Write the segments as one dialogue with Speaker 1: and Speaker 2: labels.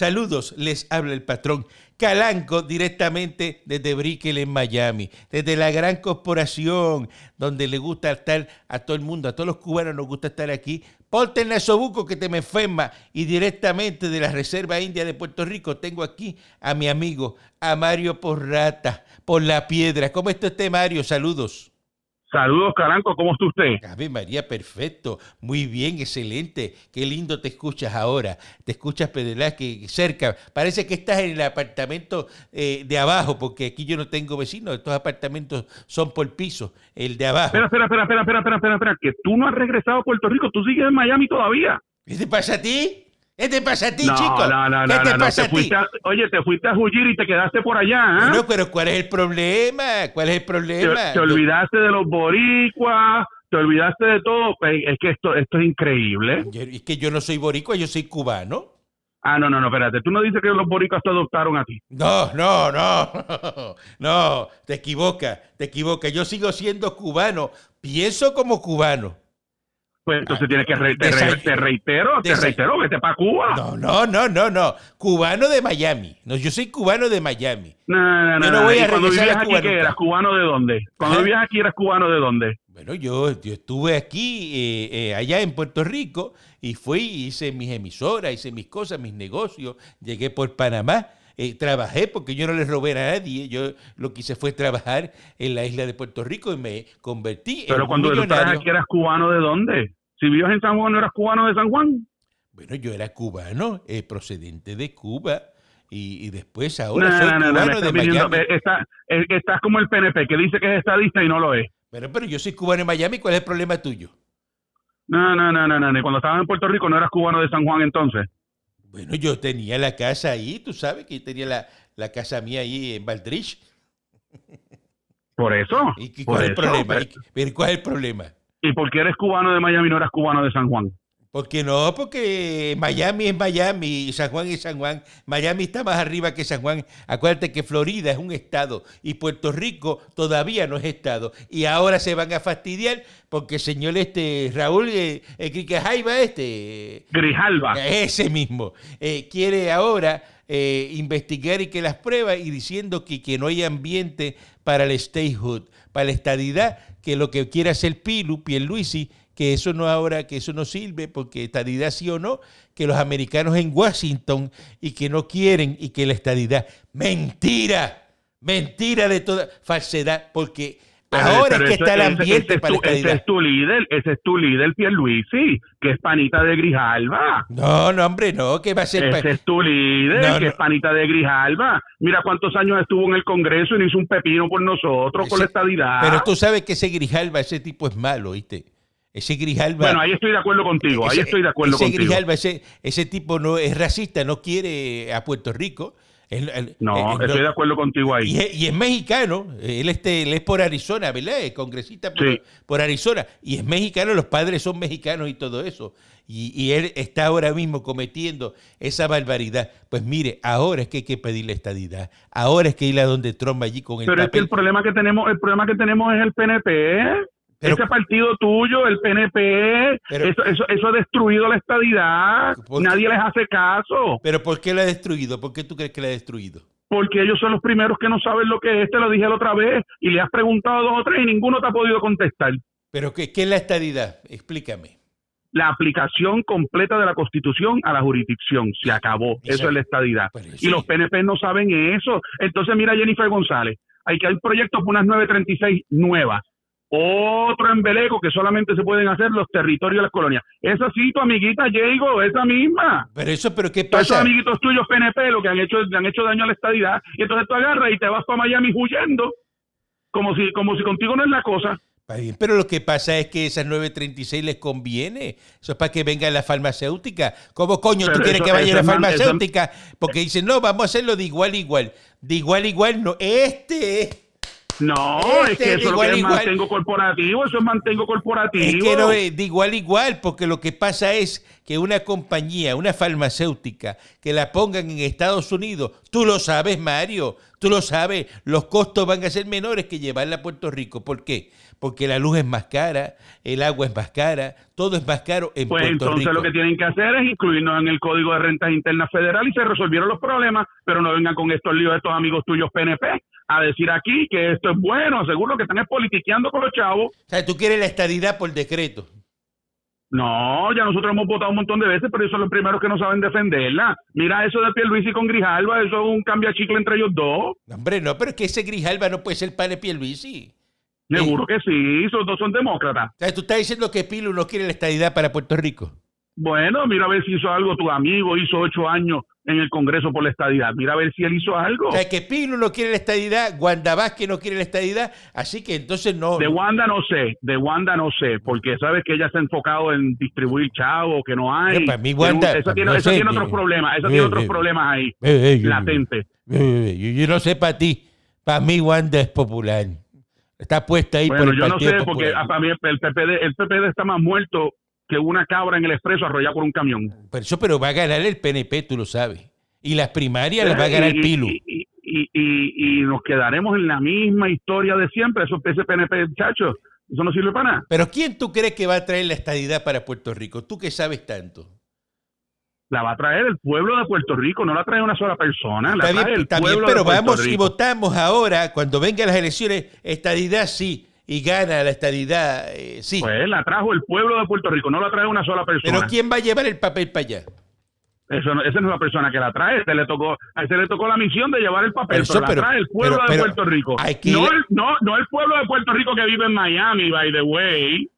Speaker 1: Saludos, les habla el patrón Calanco directamente desde Brickell en Miami, desde la gran corporación donde le gusta estar a todo el mundo, a todos los cubanos nos gusta estar aquí. Ponte el nasobuco que te me enferma y directamente de la Reserva India de Puerto Rico tengo aquí a mi amigo, a Mario Porrata, por la piedra. ¿Cómo está usted, Mario? Saludos.
Speaker 2: Saludos, Caranco, ¿cómo está usted?
Speaker 1: Ave María, perfecto, muy bien, excelente. Qué lindo te escuchas ahora. Te escuchas, ¿verdad? Que cerca. Parece que estás en el apartamento eh, de abajo, porque aquí yo no tengo vecinos. Estos apartamentos son por piso, el de abajo.
Speaker 2: Espera, espera, espera, espera, espera, espera, espera, espera, que tú no has regresado a Puerto Rico, tú sigues en Miami todavía.
Speaker 1: ¿Qué te pasa a ti? ¿Qué te pasa a ti,
Speaker 2: no,
Speaker 1: chico?
Speaker 2: No, no,
Speaker 1: ¿Qué
Speaker 2: no,
Speaker 1: te
Speaker 2: no, no,
Speaker 1: pasa
Speaker 2: te
Speaker 1: a ti?
Speaker 2: fuiste a- oye, te fuiste a Jullir y te quedaste por allá, ¿eh?
Speaker 1: Bueno, pero ¿cuál es el problema? ¿Cuál es el
Speaker 2: te,
Speaker 1: problema?
Speaker 2: te olvidaste de los boricuas, te olvidaste de todo. Pues, Es que esto, esto es increíble.
Speaker 1: Yo- es que yo no soy boricua, yo soy cubano.
Speaker 2: Ah, no, no, no, espérate. Tú no dices que los boricuas te adoptaron a ti.
Speaker 1: No, no, no, no, te equivocas, te equivocas. Yo sigo siendo cubano, pienso como cubano.
Speaker 2: Pues entonces
Speaker 1: Ah,
Speaker 2: tienes que... re- te, re-
Speaker 1: desay-
Speaker 2: te reitero, te
Speaker 1: desay-
Speaker 2: reitero, vete para Cuba.
Speaker 1: No, no, no, no, no, cubano de Miami. No, yo soy cubano de Miami.
Speaker 2: No, no, no.
Speaker 1: Yo no
Speaker 2: no.
Speaker 1: voy
Speaker 2: ¿Y
Speaker 1: a
Speaker 2: cuando
Speaker 1: regresar
Speaker 2: vivías
Speaker 1: a
Speaker 2: aquí,
Speaker 1: Cuba
Speaker 2: ¿qué
Speaker 1: nunca. ¿Eh?
Speaker 2: eras cubano de dónde? Cuando
Speaker 1: Ajá.
Speaker 2: vivías aquí, eras cubano de dónde?
Speaker 1: Bueno, yo, yo estuve aquí, eh, eh, allá en Puerto Rico, y fui, hice mis emisoras, hice mis cosas, mis negocios, llegué por Panamá, eh, trabajé porque yo no le robé a nadie, yo lo que hice fue trabajar en la isla de Puerto Rico y me convertí en
Speaker 2: Pero
Speaker 1: un
Speaker 2: cuando tú estabas
Speaker 1: millonario.
Speaker 2: aquí, eras cubano de dónde? Si vivías en San Juan, ¿no eras cubano de San Juan?
Speaker 1: Bueno, yo era cubano, eh, procedente de Cuba, y, y después
Speaker 2: No,
Speaker 1: ahora
Speaker 2: no,
Speaker 1: soy
Speaker 2: no, no, no,
Speaker 1: cubano
Speaker 2: me
Speaker 1: de
Speaker 2: estás viniendo-
Speaker 1: Miami.
Speaker 2: eh, está- eh, estás como el PNP, que dice que es estadista y no lo es.
Speaker 1: Pero, pero yo soy cubano de Miami, ¿cuál es el problema tuyo?
Speaker 2: No, no, no, no, no, no. Cuando estabas en Puerto Rico, ¿no eras cubano de San Juan entonces?
Speaker 1: Bueno, yo tenía la casa ahí, tú sabes que yo tenía la, la casa mía ahí en Valdrich.
Speaker 2: Por eso.
Speaker 1: ¿Y qué-
Speaker 2: por
Speaker 1: cuál es el
Speaker 2: eso,
Speaker 1: problema?
Speaker 2: pero-
Speaker 1: ¿Y qué- pero cuál es el problema?
Speaker 2: ¿Y por qué eres cubano de Miami y no eras cubano de San Juan?
Speaker 1: Porque no, porque Miami es Miami, y San Juan es San Juan. Miami está más arriba que San Juan. Acuérdate que Florida es un estado y Puerto Rico todavía no es estado. Y ahora se van a fastidiar porque señor este Raúl eh, eh, Quique Jaiba este, eh,
Speaker 2: Grijalva.
Speaker 1: ese mismo, eh, quiere ahora eh, investigar y que las pruebas y diciendo que, que no hay ambiente para el statehood, para la estadidad, que lo que quiere hacer Pilu, Pierluisi, que eso no ahora, que eso no sirve, porque estadidad sí o no, que los americanos en Washington y que no quieren y que la estadidad. ¡Mentira! Mentira de toda falsedad, porque
Speaker 2: Pero-
Speaker 1: ahora
Speaker 2: pero
Speaker 1: es que
Speaker 2: eso-
Speaker 1: está el
Speaker 2: ese-
Speaker 1: ambiente
Speaker 2: ese es
Speaker 1: para la
Speaker 2: tu- Ese
Speaker 1: estadidad.
Speaker 2: es tu líder, ese es tu líder, Pierluisi, que es panita de Grijalva.
Speaker 1: No, no, hombre, no, que va a ser... pa-
Speaker 2: Ese es tu líder,
Speaker 1: No,
Speaker 2: que
Speaker 1: no.
Speaker 2: es panita de Grijalva. Mira cuántos años estuvo en el Congreso y no hizo un pepino por nosotros,
Speaker 1: Ese-
Speaker 2: con la estadidad.
Speaker 1: Pero tú sabes que ese Grijalba, ese tipo es malo, ¿viste? Ese Grijalba.
Speaker 2: Bueno, ahí estoy de acuerdo contigo, ahí
Speaker 1: ese-
Speaker 2: estoy de acuerdo
Speaker 1: ese
Speaker 2: contigo.
Speaker 1: Grijalba, ese, ese tipo no es racista, no quiere a Puerto Rico. Él- él-
Speaker 2: no,
Speaker 1: él-
Speaker 2: estoy
Speaker 1: no-
Speaker 2: de acuerdo contigo ahí.
Speaker 1: y, es, y es mexicano, él, este, él es por Arizona, ¿verdad? Es congresista por,
Speaker 2: Sí.
Speaker 1: por Arizona. Y es mexicano, los padres son mexicanos y todo eso. Y, y él está ahora mismo cometiendo esa barbaridad. Pues mire, ahora es que hay que pedirle estadidad. Ahora es que ir a donde Trump allí con el
Speaker 2: Pero es que
Speaker 1: papel.
Speaker 2: el problema que tenemos, el problema que tenemos es el PNP.
Speaker 1: Pero-
Speaker 2: ¿eh? Ese partido tuyo, el PNP,
Speaker 1: Pero-
Speaker 2: eso, eso, eso ha destruido la estadidad.
Speaker 1: ¿Por qué?
Speaker 2: Nadie les hace caso,
Speaker 1: ¿Pero por qué la ha destruido? ¿Por qué tú crees que la ha destruido?
Speaker 2: porque ellos son los primeros que no saben lo que es. Te lo dije la otra vez y le has preguntado dos o tres y ninguno te ha podido contestar.
Speaker 1: ¿Pero qué, qué es la estadidad? Explícame.
Speaker 2: La aplicación completa de la Constitución a la jurisdicción se acabó.
Speaker 1: Eso-
Speaker 2: Eso, es la estadidad.
Speaker 1: Pero
Speaker 2: Y los PNP no saben eso. Entonces, mira, Jennifer González, hay que hay proyectos por unas 936 nuevas. Otro embeleco que solamente se pueden hacer los territorios de las colonias. Esa sí, tu amiguita Diego, esa misma.
Speaker 1: Pero eso, ¿pero qué
Speaker 2: Todos esos
Speaker 1: pasa?
Speaker 2: amiguitos tuyos PNP lo que han hecho es- le han hecho daño a la estadidad. Y entonces tú agarras y te vas para Miami huyendo. Como si, como si contigo no es la cosa.
Speaker 1: Está bien, Pero lo que pasa es que esas 936 les conviene. Eso es para que venga la farmacéutica. ¿Cómo coño tú
Speaker 2: Pero
Speaker 1: quieres
Speaker 2: eso-
Speaker 1: que vaya
Speaker 2: eso
Speaker 1: la
Speaker 2: es man- eso-
Speaker 1: farmacéutica? Porque dicen, no, vamos a hacerlo de igual a igual. De igual a igual no. Este es
Speaker 2: No,
Speaker 1: Este,
Speaker 2: es que
Speaker 1: igual,
Speaker 2: eso es lo que es
Speaker 1: igual.
Speaker 2: mantengo corporativo, eso es mantengo corporativo.
Speaker 1: Es que no es de igual igual, porque lo que pasa es que una compañía, una farmacéutica, que la pongan en Estados Unidos, tú lo sabes, Mario, tú lo sabes, los costos van a ser menores que llevarla a Puerto Rico. ¿Por qué? Porque la luz es más cara, el agua es más cara, todo es más caro en
Speaker 2: Pues
Speaker 1: Puerto
Speaker 2: entonces
Speaker 1: Rico.
Speaker 2: lo que tienen que hacer es incluirnos en el Código de Rentas Internas Federal y se resolvieron los problemas, pero no vengan con estos líos de estos amigos tuyos PNP a decir aquí que esto es bueno, seguro que están es politiqueando con los chavos.
Speaker 1: O sea, tú quieres la estadidad por decreto.
Speaker 2: No, ya nosotros hemos votado un montón de veces, pero ellos son los primeros que no saben defenderla. Mira eso de Pierluisi con Grijalva, eso es un cambio a chicle entre ellos dos.
Speaker 1: No, Hombre, no, pero es que ese Grijalba no puede ser padre Pierluisi. Sí.
Speaker 2: Seguro que sí, esos dos son demócratas.
Speaker 1: O sea, tú estás diciendo que Pilu no quiere la estadidad para Puerto Rico.
Speaker 2: Bueno, mira a ver si hizo algo tu amigo, hizo ocho años en el Congreso por la estadidad. Mira a ver si él hizo algo.
Speaker 1: O sea, que Pilu no quiere la estadidad, Wanda Vázquez no quiere la estadidad, así que entonces no.
Speaker 2: De Wanda no sé, de Wanda no sé, porque sabes que ella se ha enfocado en distribuir chavo, que no hay.
Speaker 1: Yo, para mí,
Speaker 2: Tiene
Speaker 1: pues, Wanda,
Speaker 2: un-
Speaker 1: para
Speaker 2: Esa tiene,
Speaker 1: mí,
Speaker 2: esa
Speaker 1: no sé,
Speaker 2: tiene otros
Speaker 1: eh,
Speaker 2: problemas, esa
Speaker 1: eh,
Speaker 2: tiene otros
Speaker 1: eh,
Speaker 2: problemas ahí,
Speaker 1: Eh, eh, yo-
Speaker 2: latentes.
Speaker 1: eh, eh, yo, yo no sé para ti, para mí Wanda es popular. Está puesta ahí
Speaker 2: Bueno,
Speaker 1: por el
Speaker 2: yo no
Speaker 1: Partido
Speaker 2: sé, porque
Speaker 1: Popular.
Speaker 2: ah, para mí el PPD, el PPD está más muerto que una cabra en el expreso arrollada por un camión.
Speaker 1: Por eso, pero va a ganar el PNP, tú lo sabes. Y las primarias las va a ganar
Speaker 2: Eh, Y-
Speaker 1: Pilu.
Speaker 2: Y, y, y- y- y nos quedaremos en la misma historia de siempre, esos PSPNP, muchachos. Eso no sirve para nada.
Speaker 1: Pero ¿quién tú crees que va a traer la estadidad para Puerto Rico? Tú que sabes tanto.
Speaker 2: La va a traer el pueblo de Puerto Rico, no la trae una sola persona. La
Speaker 1: Está
Speaker 2: trae
Speaker 1: bien,
Speaker 2: el
Speaker 1: está bien,
Speaker 2: pueblo de
Speaker 1: pero
Speaker 2: Puerto
Speaker 1: vamos y
Speaker 2: Rico.
Speaker 1: votamos ahora, cuando vengan las elecciones, estadidad sí, y gana la estadidad eh, sí.
Speaker 2: Pues la trajo el pueblo de Puerto Rico, no la trae una sola persona.
Speaker 1: pero ¿quién va a llevar el papel para allá?
Speaker 2: Eso no- esa no es la persona que la trae, se le tocó, a ese le tocó la misión de llevar el
Speaker 1: Pero
Speaker 2: papel, pero,
Speaker 1: eso,
Speaker 2: la
Speaker 1: pero-
Speaker 2: trae el pueblo
Speaker 1: pero-
Speaker 2: de
Speaker 1: pero
Speaker 2: Puerto Rico.
Speaker 1: hay que
Speaker 2: No
Speaker 1: ir-
Speaker 2: el, no, no el pueblo de Puerto Rico que vive en Miami, by the way.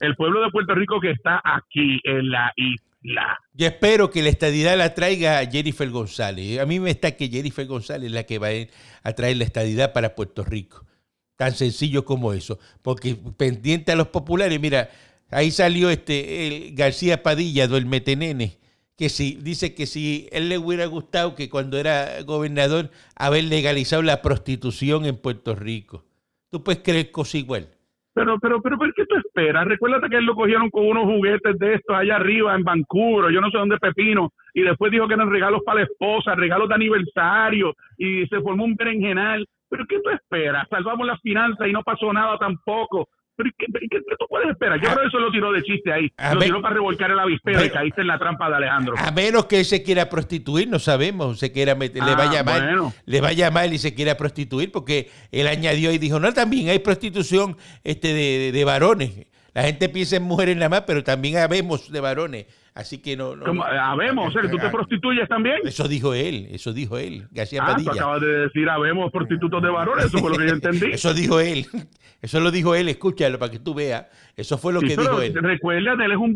Speaker 2: El pueblo de Puerto Rico que está aquí en la isla.
Speaker 1: Yo espero que la estadidad la traiga Jennifer González. A mí me está que Jennifer González es la que va a traer la estadidad para Puerto Rico. Tan sencillo como eso. Porque pendiente a los populares, mira, ahí salió este el García Padilla, duermete nene, que si, dice que si él le hubiera gustado que cuando era gobernador haber legalizado la prostitución en Puerto Rico. ¿Tú puedes creer cosa igual?
Speaker 2: Pero, pero, pero, pero, ¿qué tú esperas? Recuérdate que él lo cogieron con unos juguetes de estos allá arriba en Vancouver, o yo no sé dónde Pepino, y después dijo que eran regalos para la esposa, regalos de aniversario, y se formó un berenjenal. Pero, ¿qué tú esperas? Salvamos las finanzas y no pasó nada tampoco. Pero, ¿qué, qué- qué tú puedes esperar? Yo
Speaker 1: A-
Speaker 2: creo que eso lo tiró de chiste ahí.
Speaker 1: A
Speaker 2: lo
Speaker 1: ver-
Speaker 2: tiró para revolcar el avispero y
Speaker 1: Pero-
Speaker 2: caíste en la trampa de Alejandro.
Speaker 1: A menos que él se quiera prostituir, no sabemos, se quiera meter, le
Speaker 2: Ah,
Speaker 1: vaya mal,
Speaker 2: bueno.
Speaker 1: le vaya mal y se quiera prostituir, porque él añadió y dijo, no, también hay prostitución este, de, de- de varones. La gente piensa en mujeres nada más, pero también habemos de varones. Así que no... no
Speaker 2: Como, habemos, o sea, que tú te
Speaker 1: Ah,
Speaker 2: prostituyes también.
Speaker 1: Eso dijo él, eso dijo él, García
Speaker 2: Ah, tú
Speaker 1: Padilla.
Speaker 2: acabas de decir, habemos prostitutos de varones, eso fue lo que yo entendí.
Speaker 1: Eso dijo él, eso lo dijo él, escúchalo para que tú veas. Eso fue lo
Speaker 2: Sí,
Speaker 1: que
Speaker 2: pero
Speaker 1: dijo él.
Speaker 2: Recuérdate, él es un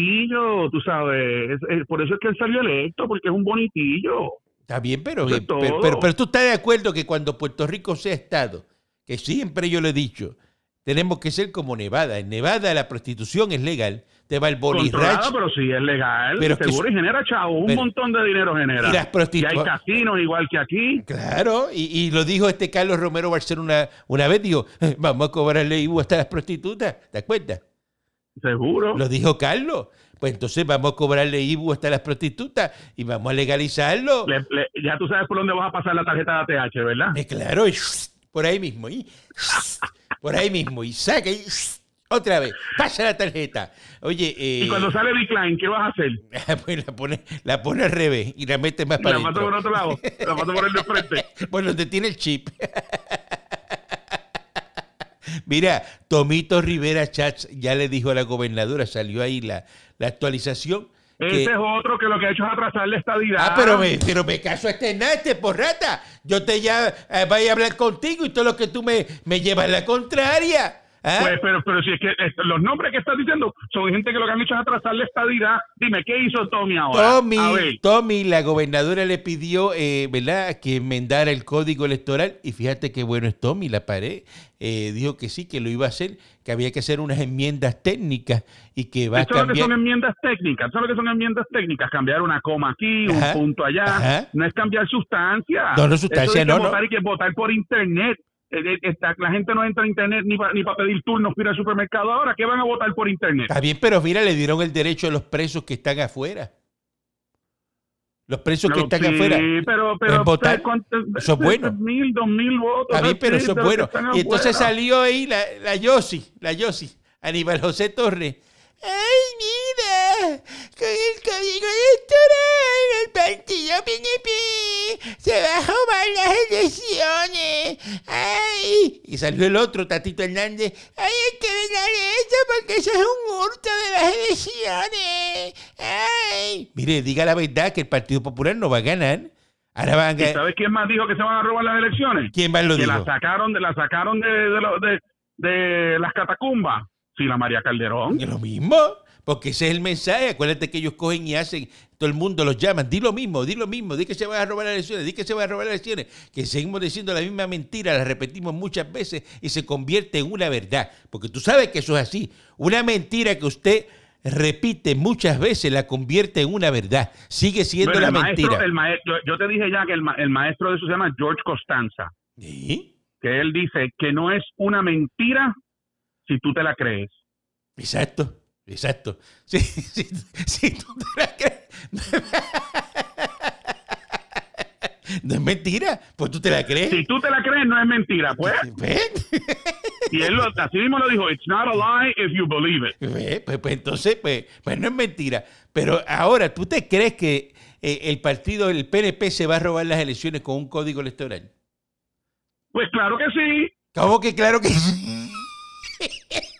Speaker 2: bonitillo, tú sabes. Es- es- por eso es que él salió electo, porque es un bonitillo.
Speaker 1: Está bien, pero,
Speaker 2: De
Speaker 1: pero,
Speaker 2: todo.
Speaker 1: pero- pero tú estás de acuerdo que cuando Puerto Rico sea Estado, que siempre yo lo he dicho, tenemos que ser como Nevada. En Nevada la prostitución es legal. Te va el
Speaker 2: Controlada,
Speaker 1: bolirrach.
Speaker 2: pero sí es legal.
Speaker 1: Pero es que
Speaker 2: seguro
Speaker 1: es-
Speaker 2: y genera chavo, un
Speaker 1: pero-
Speaker 2: montón de dinero genera.
Speaker 1: y las prostitu-
Speaker 2: Y hay casinos igual que aquí.
Speaker 1: Claro, y, y lo dijo este Carlos Romero Barcelona una vez, dijo, "Eh, vamos a cobrarle IVA hasta las prostitutas, ¿te acuerdas?
Speaker 2: Seguro.
Speaker 1: Lo dijo Carlos. Pues entonces vamos a cobrarle IVA hasta las prostitutas y vamos a legalizarlo.
Speaker 2: Le- le- ya tú sabes por dónde vas a pasar la tarjeta de ATH, ¿verdad?
Speaker 1: Eh, claro, y por ahí mismo, y por ahí mismo, y saca y otra vez, pasa la tarjeta. Oye, eh,
Speaker 2: Y cuando sale decline, ¿qué vas a hacer?
Speaker 1: pues la, pone, la pone al revés y la mete más para
Speaker 2: La paso por
Speaker 1: adentro.
Speaker 2: otro lado, la paso por el de frente.
Speaker 1: Por donde tiene el chip. Mira, Tomito Rivera Chats ya le dijo a la gobernadora, salió ahí la, la actualización. que-
Speaker 2: Ese es otro que lo que ha hecho es atrasar la estadidad.
Speaker 1: Ah, pero me, pero me caso a este Nate, porrata. Yo te ya eh, voy a hablar contigo y todo lo que tú me, me llevas la contraria. ¿ah?
Speaker 2: Pues, pero, pero si es que eh, los nombres que estás diciendo son gente que lo que han hecho es atrasar la estadidad. Dime, ¿qué hizo Tommy ahora?
Speaker 1: Tommy,
Speaker 2: A ver,
Speaker 1: Tommy, la gobernadora le pidió, eh, ¿verdad?, que enmendara el código electoral. Y fíjate qué bueno es Tommy, la pared. eh, dijo que sí, que lo iba a hacer, que había que hacer unas enmiendas técnicas y que va a
Speaker 2: eso es lo que
Speaker 1: cambiar.
Speaker 2: son enmiendas técnicas. Eso es lo que son enmiendas técnicas. Cambiar una coma aquí,
Speaker 1: Ajá,
Speaker 2: un punto allá.
Speaker 1: ajá.
Speaker 2: No es cambiar sustancia.
Speaker 1: No, no es sustancia,
Speaker 2: Eso de que
Speaker 1: no, no.
Speaker 2: votar y que votar por internet. eh, esta- la gente no entra a internet ni para ni pa pedir turnos para ir al supermercado ahora, ¿qué van a votar por internet?
Speaker 1: Está bien, pero mira, le dieron el derecho a los presos que están afuera. Los presos que
Speaker 2: No,
Speaker 1: están
Speaker 2: sí,
Speaker 1: afuera. Pues
Speaker 2: pero, pero
Speaker 1: votar.
Speaker 2: ¿cuánto-
Speaker 1: Eso es bueno.
Speaker 2: Mil, dos mil votos.
Speaker 1: Está bien, pero
Speaker 2: sí,
Speaker 1: eso es
Speaker 2: de los que
Speaker 1: bueno.
Speaker 2: están
Speaker 1: Y entonces
Speaker 2: afuera.
Speaker 1: salió ahí la, la Yossi, la Yossi, Aníbal José Torres. ¡Ay, mira! Con el código electoral, el partido PNP se va a robar las elecciones. ¡Ay! Y salió el otro, Tatito Hernández. ¡Ay, hay que velar eso porque eso es un hurto de las elecciones! ¡Ay! Mire, diga la verdad que el Partido Popular no va a ganar. Ahora van a
Speaker 2: ¿Y
Speaker 1: ganar.
Speaker 2: ¿Sabes quién más dijo que se van a robar las elecciones?
Speaker 1: ¿Quién más lo
Speaker 2: que
Speaker 1: dijo?
Speaker 2: la sacaron, de- la sacaron de, de, lo- de- de las catacumbas. Sí, la María Calderón.
Speaker 1: Es lo mismo, porque ese es el mensaje. Acuérdate que ellos cogen y hacen, todo el mundo los llama, di lo mismo, di lo mismo, di que se van a robar las elecciones, di que se van a robar las elecciones, que seguimos diciendo la misma mentira, la repetimos muchas veces y se convierte en una verdad, porque tú sabes que eso es así. Una mentira que usted repite muchas veces la convierte en una verdad, sigue siendo
Speaker 2: Bueno,
Speaker 1: la
Speaker 2: el maestro-
Speaker 1: mentira.
Speaker 2: el maestro- yo, yo te dije ya que el, ma- el maestro de eso se llama George Costanza,
Speaker 1: Sí,
Speaker 2: que él dice que no es una mentira si tú te la crees.
Speaker 1: Exacto, exacto. Sí, sí, sí, tú te la crees. No es mentira, pues tú te la crees.
Speaker 2: Si tú te la crees, no es mentira, pues.
Speaker 1: Ve,
Speaker 2: Y él lo, así mismo lo dijo, it's not a lie if you believe it.
Speaker 1: ve, pues, pues entonces, pues, pues no es mentira. Pero ahora, ¿tú te crees que eh, el partido, el PNP, se va a robar las elecciones con un código electoral?
Speaker 2: Pues claro que sí.
Speaker 1: ¿Cómo que claro que sí?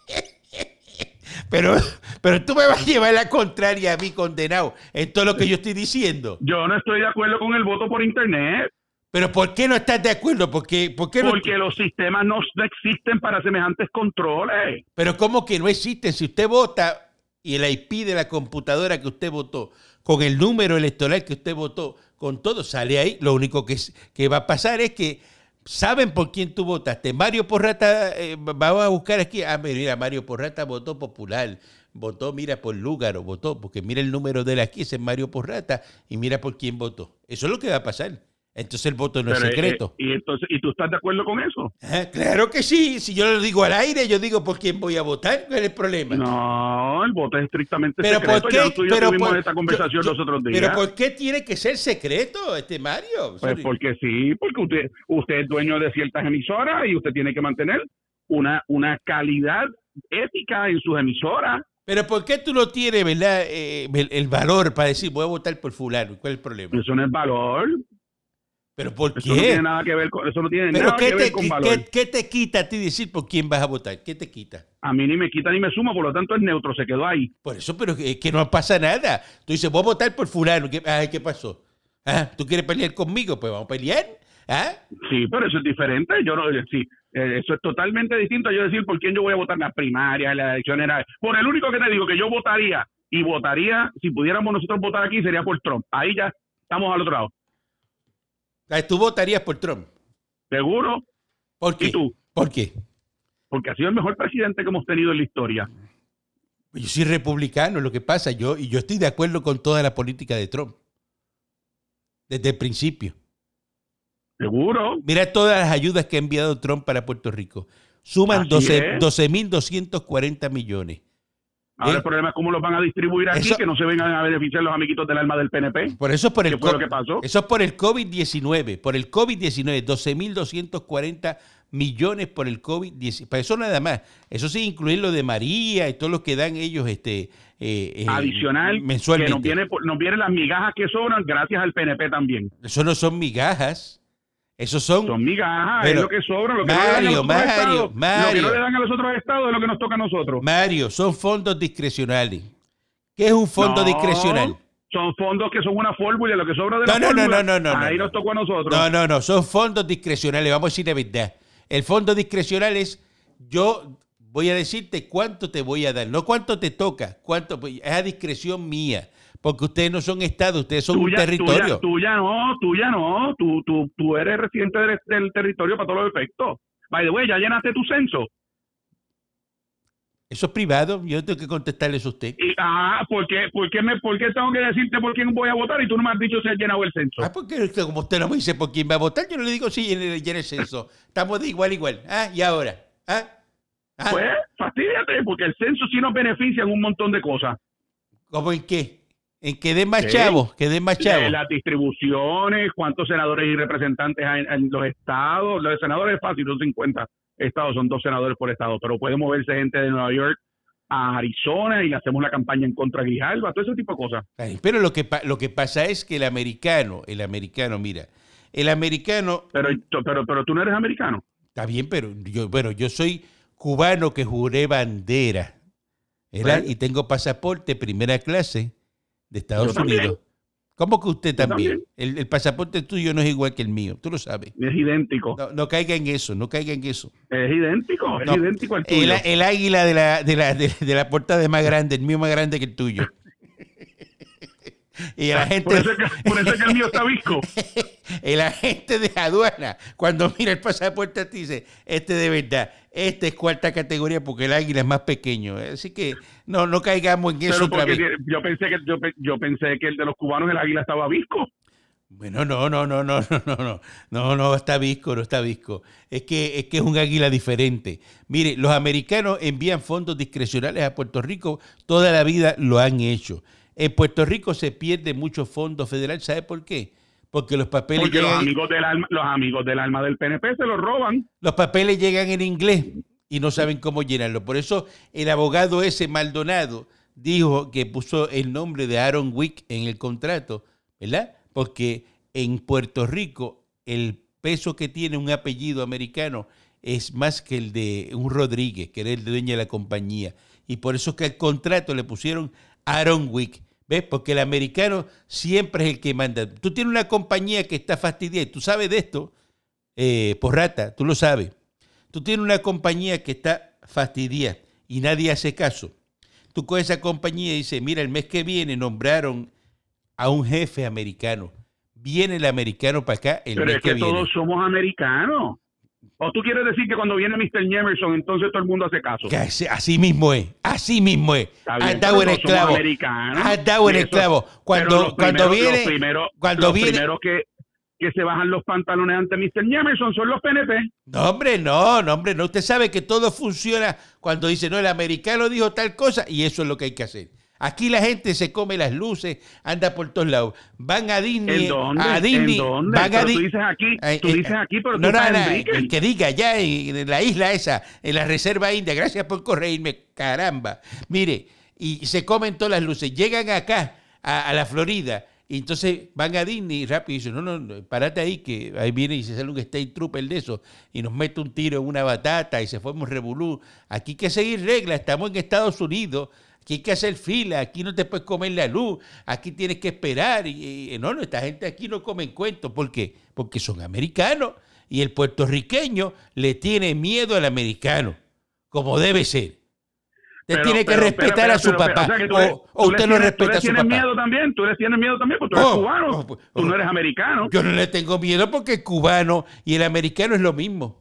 Speaker 1: Pero, pero tú me vas a llevar la contraria a mí, condenado, en todo lo que yo estoy diciendo.
Speaker 2: Yo no estoy de acuerdo con el voto por internet,
Speaker 1: Pero ¿por qué no estás de acuerdo? ¿Por qué, por qué no-
Speaker 2: porque los sistemas no no existen para semejantes controles.
Speaker 1: Pero ¿cómo que no existe? Si usted vota y el IP de la computadora que usted votó, con el número electoral que usted votó, con todo sale ahí, lo único que, es- que va a pasar es que saben por quién tú votaste. Mario Porrata, eh, vamos a buscar aquí, ah, mira, Mario Porrata votó popular, votó, mira, por Lúgaro, votó, porque mira el número de él aquí, ese es Mario Porrata, y mira por quién votó. Eso es lo que va a pasar. Entonces el voto no
Speaker 2: Pero,
Speaker 1: es
Speaker 2: eh,
Speaker 1: secreto.
Speaker 2: eh, y entonces, ¿y tú estás de acuerdo con eso?
Speaker 1: Ah, Claro que sí, si yo lo digo al aire, yo digo por quién voy a votar, ¿cuál es el problema?
Speaker 2: No, el voto es estrictamente
Speaker 1: pero
Speaker 2: secreto.
Speaker 1: ¿por
Speaker 2: Ya
Speaker 1: qué?
Speaker 2: tú y yo
Speaker 1: Pero
Speaker 2: tuvimos
Speaker 1: por-
Speaker 2: esta conversación
Speaker 1: yo-
Speaker 2: los otros días.
Speaker 1: pero ¿por qué tiene que ser secreto este Mario?
Speaker 2: Pues
Speaker 1: Sorry.
Speaker 2: porque sí, porque usted, usted es dueño de ciertas emisoras y usted tiene que mantener una, una calidad ética en sus emisoras.
Speaker 1: Pero ¿por qué tú no tienes, verdad, eh, el, el valor para decir voy a votar por fulano? ¿Cuál es el problema?
Speaker 2: Eso no es valor.
Speaker 1: ¿Pero por
Speaker 2: Eso no tiene
Speaker 1: qué?
Speaker 2: nada que ver con, eso no tiene
Speaker 1: ¿Pero
Speaker 2: nada
Speaker 1: qué
Speaker 2: que
Speaker 1: te,
Speaker 2: ver con
Speaker 1: qué-
Speaker 2: valor.
Speaker 1: qué te quita a ti decir por quién vas a votar? ¿Qué te quita?
Speaker 2: A mí ni me quita ni me suma, por lo tanto es neutro, se quedó ahí.
Speaker 1: Por eso, pero es que no pasa nada. Tú dices, voy a votar por fulano. ¿Qué, ay, ¿qué pasó? Ah, ¿Tú quieres pelear conmigo? Pues vamos a pelear. ¿Ah?
Speaker 2: Sí, pero eso es diferente. Yo no, sí, eh, eso es totalmente distinto a yo decir por quién yo voy a votar en las primarias, en las elecciones generales. Por el único que te digo que yo votaría y votaría, si pudiéramos nosotros votar aquí, sería por Trump. Ahí ya estamos al otro lado.
Speaker 1: Tú votarías por Trump.
Speaker 2: Seguro,
Speaker 1: ¿Por qué?
Speaker 2: ¿Y tú?
Speaker 1: ¿Por qué?
Speaker 2: porque ha sido el mejor presidente que hemos tenido en la historia.
Speaker 1: Pues Yo soy republicano, lo que pasa, yo, y yo estoy de acuerdo con toda la política de Trump. Desde el principio.
Speaker 2: Seguro.
Speaker 1: Mira todas las ayudas que ha enviado Trump para Puerto Rico. Suman
Speaker 2: Así
Speaker 1: 12
Speaker 2: es.
Speaker 1: 12.240 millones.
Speaker 2: Ahora
Speaker 1: ¿Eh?
Speaker 2: el problema es cómo los van a distribuir aquí,
Speaker 1: Eso-
Speaker 2: que no se vengan a beneficiar los amiguitos del alma del PNP.
Speaker 1: Por eso es por el
Speaker 2: ¿Qué fue lo
Speaker 1: co- eh,
Speaker 2: que pasó?
Speaker 1: Eso es por el COVID-19, por el COVID-19, 12.240 millones por el COVID-19. Para eso nada más. Eso sí incluir lo de María y todo lo que dan ellos este eh, eh,
Speaker 2: Adicional, que
Speaker 1: mensualmente.
Speaker 2: nos viene, por- nos vienen las migajas que sobran gracias al PNP también.
Speaker 1: Eso no son migajas. Eso son,
Speaker 2: Son migajas,
Speaker 1: Pero-
Speaker 2: es lo que sobra, lo que,
Speaker 1: Mario,
Speaker 2: no le dan a los
Speaker 1: Mario,
Speaker 2: otros estados,
Speaker 1: Mario.
Speaker 2: lo que no le dan a los otros estados es lo que nos toca a nosotros.
Speaker 1: Mario, son fondos discrecionales. ¿Qué es un fondo
Speaker 2: No,
Speaker 1: discrecional?
Speaker 2: Son fondos que son una fórmula, lo que sobra de
Speaker 1: No,
Speaker 2: la
Speaker 1: no, no,
Speaker 2: fórmula,
Speaker 1: no, no, no,
Speaker 2: ahí
Speaker 1: no.
Speaker 2: nos tocó a nosotros.
Speaker 1: No, no, no, son fondos discrecionales, vamos a decir la verdad. El fondo discrecional es yo voy a decirte cuánto te voy a dar, no cuánto te toca, cuánto pues, es a discreción mía, porque ustedes no son estado, ustedes son un
Speaker 2: Tuya,
Speaker 1: territorio.
Speaker 2: tuya, tuya no, tuya no, tú, tú, tú eres residente del, del territorio para todos los efectos. By the way, ya llenaste tu censo.
Speaker 1: Eso es privado, yo tengo que contestarles a usted.
Speaker 2: Y, ah, ¿por qué, por, qué me, ¿por qué tengo que decirte por quién voy a votar y tú no me has dicho si has llenado el censo?
Speaker 1: Ah, porque usted- como usted no me dice por quién va a votar, yo no le digo sí, llene, llene el censo. Estamos de igual, igual. Ah, y ahora. Ah, ah,
Speaker 2: Pues, fastidiate, porque el censo sí nos beneficia en un montón de cosas.
Speaker 1: ¿Cómo en qué? En que den más
Speaker 2: ¿Qué?
Speaker 1: chavos, que den más
Speaker 2: Eh,
Speaker 1: chavos.
Speaker 2: Las distribuciones, cuántos senadores y representantes hay en, en los estados. Los senadores es fácil, son 50 estados, son dos senadores por estado, pero puede moverse gente de Nueva York a Arizona y le hacemos la campaña en contra de Grijalva, todo ese tipo de cosas.
Speaker 1: Ay, Pero lo que, pa- lo que pasa es que el americano, el americano, mira, el americano,
Speaker 2: Pero, pero, pero tú no eres americano.
Speaker 1: está bien, pero yo, bueno, yo soy cubano que juré bandera, ¿verdad?
Speaker 2: Bueno.
Speaker 1: Y tengo pasaporte primera clase de Estados
Speaker 2: Yo también.
Speaker 1: Unidos. ¿Cómo que usted
Speaker 2: Yo
Speaker 1: también? El, el pasaporte tuyo no es igual que el mío, tú lo sabes.
Speaker 2: Es idéntico.
Speaker 1: No, no caiga en eso, no caiga en eso.
Speaker 2: Es idéntico, es
Speaker 1: No.
Speaker 2: idéntico al tuyo.
Speaker 1: El, el águila de la, de, la, de, de la portada es más grande, el mío más grande que el tuyo. Y la gente...
Speaker 2: Ah, Por eso, es que, por eso es que el mío está visco.
Speaker 1: El agente de aduana, cuando mira el pasaporte, te dice, este de verdad, este es cuarta categoría porque el águila es más pequeño. Así que no, no caigamos en eso
Speaker 2: Pero
Speaker 1: otra
Speaker 2: porque
Speaker 1: vez.
Speaker 2: tiene- yo pensé que yo, pe- yo pensé que el de los cubanos el águila estaba visco.
Speaker 1: Bueno, no, no, no, no, no, no, no, no, no está visco, no está visco. Es que, es que es un águila diferente. Mire, los americanos envían fondos discrecionales a Puerto Rico, toda la vida lo han hecho. En Puerto Rico se pierde mucho fondo federal, ¿sabe por qué? Porque los papeles
Speaker 2: Porque los
Speaker 1: llegan-
Speaker 2: amigos del alma, los amigos del alma del PNP se los roban.
Speaker 1: Los papeles llegan en inglés y no saben cómo llenarlo. Por eso el abogado ese Maldonado dijo que puso el nombre de Aaron Wick en el contrato, ¿verdad? Porque en Puerto Rico el peso que tiene un apellido americano es más que el de un Rodríguez, que era el dueño de la compañía. Y por eso es que al contrato le pusieron Aaron Wick. ¿Ves? Porque el americano siempre es el que manda. Tú tienes una compañía que está fastidiada y tú sabes de esto eh, Porrata, tú lo sabes. Tú tienes una compañía que está fastidiada y nadie hace caso. Tú con esa compañía y dices, mira, el mes que viene nombraron a un jefe americano. Viene el americano para acá el
Speaker 2: Pero
Speaker 1: mes
Speaker 2: es que,
Speaker 1: que, viene.
Speaker 2: todos somos americanos. ¿O tú quieres decir que cuando viene Mr. Jemerson, entonces todo el mundo hace caso?
Speaker 1: Que así, así mismo es, así mismo es.
Speaker 2: Está bien,
Speaker 1: Has dado el
Speaker 2: pero todos somos
Speaker 1: Ah, esclavo.
Speaker 2: americanos.
Speaker 1: Has dado el
Speaker 2: Y eso-
Speaker 1: esclavo.
Speaker 2: pero
Speaker 1: Cuando,
Speaker 2: los
Speaker 1: cuando
Speaker 2: primeros-
Speaker 1: viene,
Speaker 2: los primeros-
Speaker 1: cuando
Speaker 2: los
Speaker 1: viene-
Speaker 2: primeros que, que se bajan los pantalones ante Mr. Jemerson son los PNP.
Speaker 1: No, hombre, no, no, hombre, no. Usted sabe que todo funciona cuando dice, no, el americano dijo tal cosa y eso es lo que hay que hacer. Aquí la gente se come las luces, anda por todos lados. Van a Disney,
Speaker 2: ¿En dónde?
Speaker 1: a Disney,
Speaker 2: ¿En dónde?
Speaker 1: van a
Speaker 2: Pero tú
Speaker 1: Di-
Speaker 2: dices aquí,
Speaker 1: Ay,
Speaker 2: tú
Speaker 1: eh,
Speaker 2: dices aquí,
Speaker 1: no,
Speaker 2: pero tú
Speaker 1: no,
Speaker 2: estás
Speaker 1: no,
Speaker 2: en Brickell.
Speaker 1: el que diga allá en, en la isla esa, en la reserva india, gracias por corregirme, caramba. Mire, y se comen todas las luces, llegan acá a, a la Florida, y entonces van a Disney y rápido y dicen, no, no, no, parate ahí, que ahí viene y se sale un state trooper de eso, y nos mete un tiro en una batata y se forma un revolú. Aquí hay que seguir reglas, estamos en Estados Unidos. Aquí hay que hacer fila, aquí no te puedes comer la luz, aquí tienes que esperar. Y, y- no, no, esta gente aquí no come cuentos. ¿Por qué? Porque son americanos y el puertorriqueño le tiene miedo al americano, como debe ser. Usted
Speaker 2: Pero-
Speaker 1: tiene que
Speaker 2: pero-
Speaker 1: respetar
Speaker 2: pero-
Speaker 1: a su
Speaker 2: pero- pero-
Speaker 1: papá.
Speaker 2: sea que tú
Speaker 1: o,
Speaker 2: le-
Speaker 1: o
Speaker 2: tú le
Speaker 1: usted no
Speaker 2: tienes-
Speaker 1: respeta a su
Speaker 2: Tú le tienes
Speaker 1: papá.
Speaker 2: miedo también, tú le tienes miedo también porque tú eres
Speaker 1: Oh,
Speaker 2: cubano,
Speaker 1: oh, pues,
Speaker 2: tú
Speaker 1: oh.
Speaker 2: no eres americano.
Speaker 1: Yo no le tengo miedo porque el cubano y el americano es lo mismo.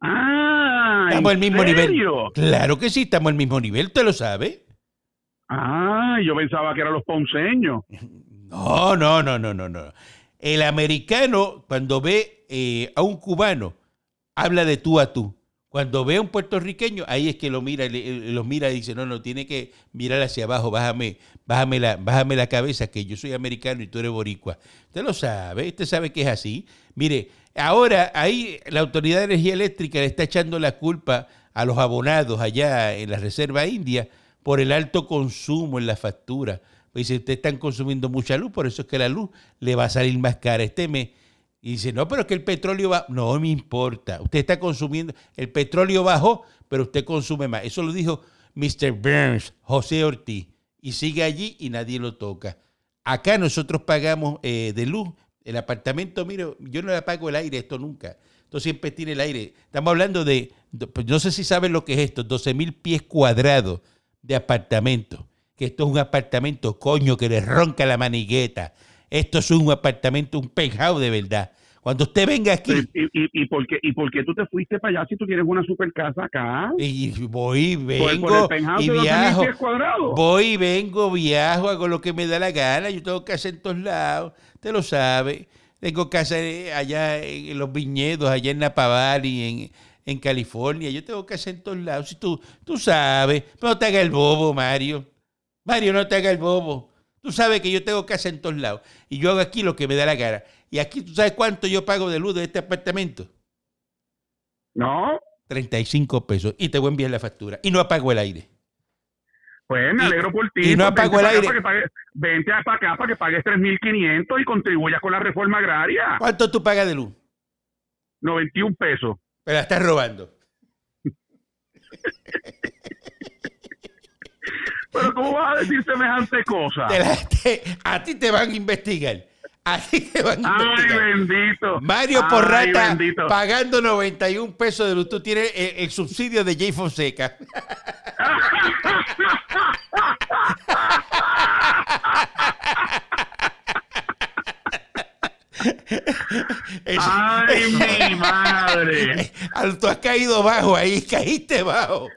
Speaker 2: Ah, ¿en
Speaker 1: Estamos al mismo
Speaker 2: serio?
Speaker 1: nivel. Claro que sí, estamos al mismo nivel, ¿usted lo sabe?
Speaker 2: Ah, yo pensaba que eran los ponceños.
Speaker 1: No, no, no, no, no, no. El americano, cuando ve eh, a un cubano, habla de tú a tú. Cuando ve a un puertorriqueño, ahí es que lo mira, le- eh, los mira y dice, no, no, tiene que mirar hacia abajo, bájame, bájame la, bájame la cabeza, que yo soy americano y tú eres boricua. Usted lo sabe, usted sabe que es así. Mire, ahora ahí la Autoridad de Energía Eléctrica le está echando la culpa a los abonados allá en la Reserva India por el alto consumo en la factura. Pues dice, ustedes están consumiendo mucha luz, por eso es que la luz le va a salir más cara este mes. Y dice, no, pero es que el petróleo va. No me importa. Usted está consumiendo. El petróleo bajó, pero usted consume más. Eso lo dijo Mr. Burns, José Ortiz. Y sigue allí y nadie lo toca. Acá nosotros pagamos eh, de luz. El apartamento, mire, yo no le pago el aire, esto nunca. Esto siempre tiene el aire. Estamos hablando de, de- pues, no sé si saben lo que es esto, 12 mil pies cuadrados de apartamento. Que esto es un apartamento, coño, que le ronca la manigueta. Esto es un apartamento, un penthouse de verdad. Cuando usted venga aquí.
Speaker 2: ¿Y, y, y, por, qué, y por qué tú te fuiste para allá si tú tienes una super casa acá?
Speaker 1: Y voy,
Speaker 2: Pues Por- por
Speaker 1: vengo
Speaker 2: el penthouse
Speaker 1: y
Speaker 2: de 2000
Speaker 1: viajo.
Speaker 2: pies cuadrados.
Speaker 1: Voy, vengo, viajo, hago lo que me da la gana. Yo tengo casa en todos lados, te lo sabes. Tengo casa eh, allá en los viñedos, allá en Napa Valley, en, en California. Yo tengo casa en todos lados. Si tú, tú sabes, no te haga el bobo, Mario. Mario, no te haga el bobo. Tú sabes que yo tengo casa en todos lados. Y yo hago aquí lo que me da la gana. Y aquí, ¿tú sabes cuánto yo pago de luz de este apartamento?
Speaker 2: No,
Speaker 1: 35 pesos. Y te voy a enviar la factura. Y no apago el aire.
Speaker 2: pues me
Speaker 1: Y-
Speaker 2: alegro por ti.
Speaker 1: y no
Speaker 2: pues,
Speaker 1: apagó
Speaker 2: vente
Speaker 1: el
Speaker 2: para acá
Speaker 1: aire.
Speaker 2: para que pagues- vente para acá para que pagues 3.500 y contribuyas con la reforma agraria.
Speaker 1: ¿Cuánto tú pagas de luz?
Speaker 2: 91 pesos.
Speaker 1: Me la estás robando.
Speaker 2: Pero ¿cómo vas a decir semejante cosa?
Speaker 1: Te la- te- a ti te van a investigar. A ti te van a
Speaker 2: Ay,
Speaker 1: investigar.
Speaker 2: bendito.
Speaker 1: Mario
Speaker 2: Ay,
Speaker 1: Porrata
Speaker 2: bendito.
Speaker 1: pagando 91 pesos de luz. Tú tienes el, el subsidio de Jay Fonseca. Es-
Speaker 2: Ay, mi madre.
Speaker 1: Al- Tú has caído bajo ahí, caíste bajo.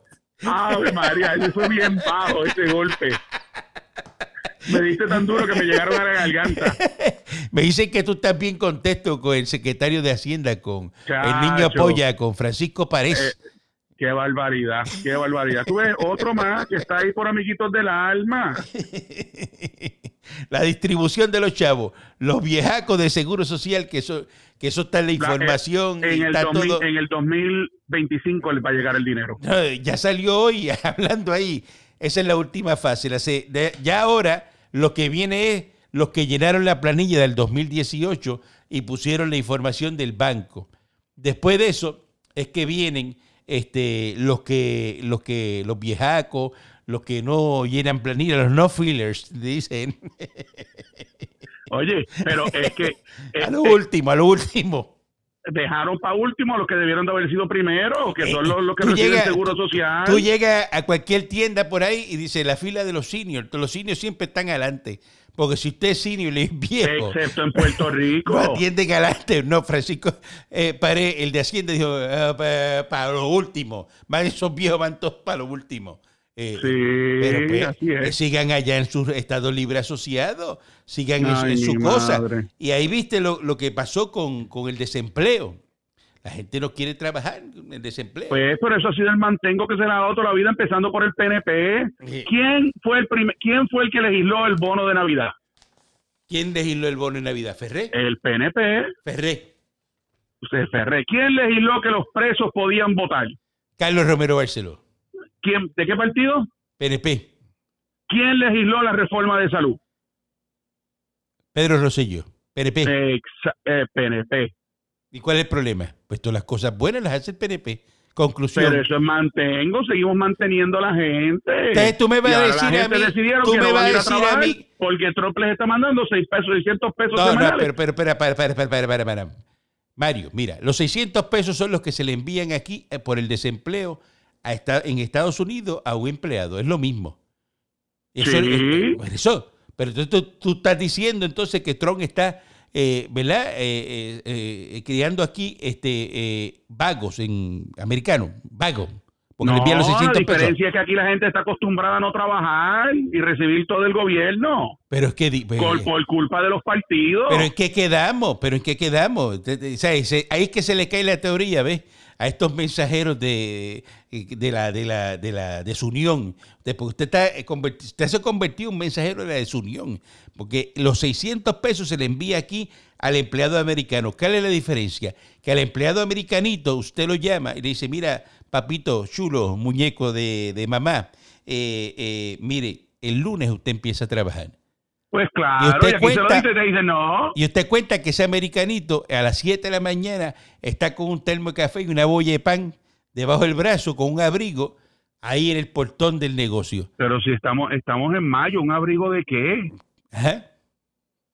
Speaker 2: Ay, María, yo soy bien bajo ese golpe. Me diste tan duro que me llegaron a la garganta.
Speaker 1: Me dicen que tú estás bien contento con el secretario de Hacienda, con el niño
Speaker 2: Chacho.
Speaker 1: apoya, con Francisco Párez.
Speaker 2: Qué barbaridad, qué barbaridad. Tú ves otro más que está ahí por amiguitos del alma. Eh.
Speaker 1: la distribución de los chavos, los viejacos de Seguro Social, que eso, que eso está en la
Speaker 2: La- eh,
Speaker 1: información. y
Speaker 2: en, el
Speaker 1: está
Speaker 2: 2000
Speaker 1: todo-
Speaker 2: en el 2025 les va a llegar el dinero.
Speaker 1: No, ya salió hoy hablando ahí. Esa es la última fase. la se- de- ya ahora lo que viene es los que llenaron la planilla del 2018 y pusieron la información del banco. Después de eso es que vienen este, los que los que los viejacos, los que no llenan planilla, los no fillers, dicen.
Speaker 2: Oye, pero es que
Speaker 1: A
Speaker 2: eh,
Speaker 1: lo último, a lo último.
Speaker 2: dejaron para último a los que debieron de haber sido primero, que son los, los que
Speaker 1: Eh, Tú
Speaker 2: reciben
Speaker 1: llegas-
Speaker 2: seguro social.
Speaker 1: Tú llegas a cualquier tienda por ahí y dice la fila de los seniors. Los seniors siempre están adelante. Porque si usted es senior y es viejo,
Speaker 2: Excepto en Puerto
Speaker 1: no
Speaker 2: Rico.
Speaker 1: atienden adelante. No, Francisco, eh, Pared, el de Hacienda dijo, "Ah, pa- para lo último. Van esos viejos van todos para lo último. Eh,
Speaker 2: Sí,
Speaker 1: pero pues,
Speaker 2: así
Speaker 1: eh,
Speaker 2: es.
Speaker 1: sigan allá en su estado libre asociado, sigan en su-
Speaker 2: Ay,
Speaker 1: en su
Speaker 2: mi
Speaker 1: cosa.
Speaker 2: madre.
Speaker 1: Y ahí viste lo, lo que pasó con, con el desempleo. La gente no quiere trabajar, el desempleo.
Speaker 2: Pues por eso ha sido el mantengo que se le ha dado toda la vida, empezando por el PNP.
Speaker 1: Sí.
Speaker 2: ¿Quién fue el primer, quién fue el que legisló el bono de Navidad?
Speaker 1: ¿Quién legisló el bono en Navidad? Ferré.
Speaker 2: El PNP,
Speaker 1: Ferré.
Speaker 2: se ferré. ¿Quién legisló que los presos podían votar?
Speaker 1: Carlos Romero Barceló.
Speaker 2: ¿Quién, ¿De qué partido?
Speaker 1: PNP.
Speaker 2: ¿Quién legisló la reforma de salud?
Speaker 1: Pedro Rosselló. PNP.
Speaker 2: Exa- eh, PNP.
Speaker 1: ¿Y cuál es el problema? Pues todas las cosas buenas las hace el PNP. Conclusión.
Speaker 2: Pero eso es mantengo, seguimos manteniendo a la gente.
Speaker 1: Entonces tú me vas
Speaker 2: Y
Speaker 1: a
Speaker 2: ahora la
Speaker 1: decir a
Speaker 2: gente
Speaker 1: mí-
Speaker 2: decidieron
Speaker 1: tú
Speaker 2: que
Speaker 1: me
Speaker 2: no
Speaker 1: vas
Speaker 2: van
Speaker 1: a
Speaker 2: ir
Speaker 1: decir a
Speaker 2: trabajar
Speaker 1: mí-
Speaker 2: Porque Trump les está mandando 6 pesos, 600 pesos
Speaker 1: no, no,
Speaker 2: semanales.
Speaker 1: pero, pero, pero, para, para, para, para, para, para. Mario, mira, los 600 pesos son los que se le envían aquí eh, por el desempleo a esta- en Estados Unidos a un empleado. Es lo mismo. Eso,
Speaker 2: Sí.
Speaker 1: eh, por eso. Pero entonces tú, tú estás diciendo entonces que Trump está, eh, ¿verdad? Eh, eh, eh, criando aquí este, eh, vagos en americano, vagos. Porque le envían los 600
Speaker 2: la
Speaker 1: pesos.
Speaker 2: diferencia es que aquí la gente está acostumbrada a no trabajar y recibir todo el gobierno
Speaker 1: Pero es que... di- pues,
Speaker 2: por, por culpa de los partidos.
Speaker 1: Pero ¿en qué quedamos? ¿Pero en qué quedamos? Te- te- o sea, se- ahí es que se le cae la teoría, ¿ves? A estos mensajeros de, de la de la de la desunión. De- porque usted está eh, converti- usted se ha convertido en un mensajero de la desunión, porque los 600 pesos se le envía aquí al empleado americano. ¿Cuál es la diferencia? Que al empleado americanito usted lo llama y le dice, "Mira, papito chulo, muñeco de, de mamá, eh, eh, mire, el lunes usted empieza a trabajar."
Speaker 2: pues claro,
Speaker 1: usted
Speaker 2: y, aquí se lo
Speaker 1: cuenta-
Speaker 2: dice, te dicen no.
Speaker 1: Y usted cuenta que ese americanito a las 7 de la mañana está con un termo de café y una bolla de pan debajo del brazo con un abrigo ahí en el portón del negocio.
Speaker 2: Pero si estamos estamos en mayo, ¿un abrigo de qué?
Speaker 1: Ajá.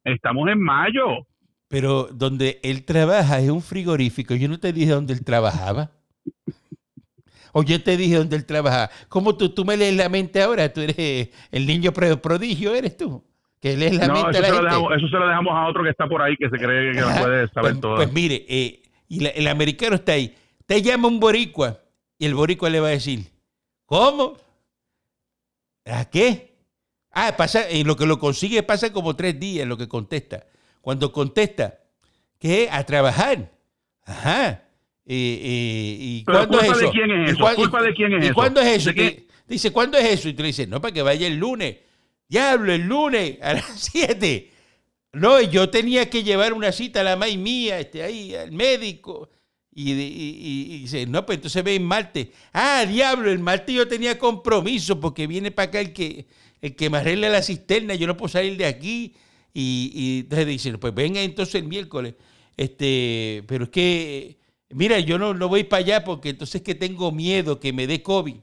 Speaker 2: Estamos en mayo.
Speaker 1: Pero donde él trabaja es un frigorífico. Yo no te dije dónde él trabajaba. O yo te dije dónde él trabajaba. ¿Cómo tú, tú me lees la mente ahora? Tú eres el niño pro- prodigio, eres tú. que les la
Speaker 2: No,
Speaker 1: mente
Speaker 2: eso
Speaker 1: a la
Speaker 2: se, lo
Speaker 1: gente.
Speaker 2: dejamos, eso se lo dejamos a otro que está por ahí que se cree que lo puede saber
Speaker 1: pues,
Speaker 2: todo.
Speaker 1: pues mire, eh, y la- el americano está ahí. Te llama un boricua y el boricua le va a decir, ¿cómo? ¿A qué? Ah, pasa, en lo que lo consigue pasa como tres días lo que contesta. Cuando contesta, ¿qué? A trabajar. Ajá. Eh, eh, ¿Y
Speaker 2: Pero
Speaker 1: cuándo
Speaker 2: ¿culpa
Speaker 1: es
Speaker 2: de
Speaker 1: eso?
Speaker 2: quién es
Speaker 1: ¿Y
Speaker 2: eso?
Speaker 1: cuán- y-
Speaker 2: ¿Culpa de quién es
Speaker 1: ¿Y
Speaker 2: eso?
Speaker 1: cuándo es eso?
Speaker 2: ¿De quién?
Speaker 1: Te dice, ¿cuándo es eso? Y tú le dices, no, para que vaya el lunes. Diablo, el lunes a las 7. No, yo tenía que llevar una cita a la maíz mía, este, ahí, al médico. Y, de- y- y- y dice, no, pues entonces ve el martes. Ah, diablo, el martes yo tenía compromiso porque viene para acá el que, el que me arregla la cisterna, yo no puedo salir de aquí. Y, y entonces dice, pues venga entonces el miércoles. Este, pero es que, mira, yo no, no voy para allá porque entonces que tengo miedo que me dé COVID.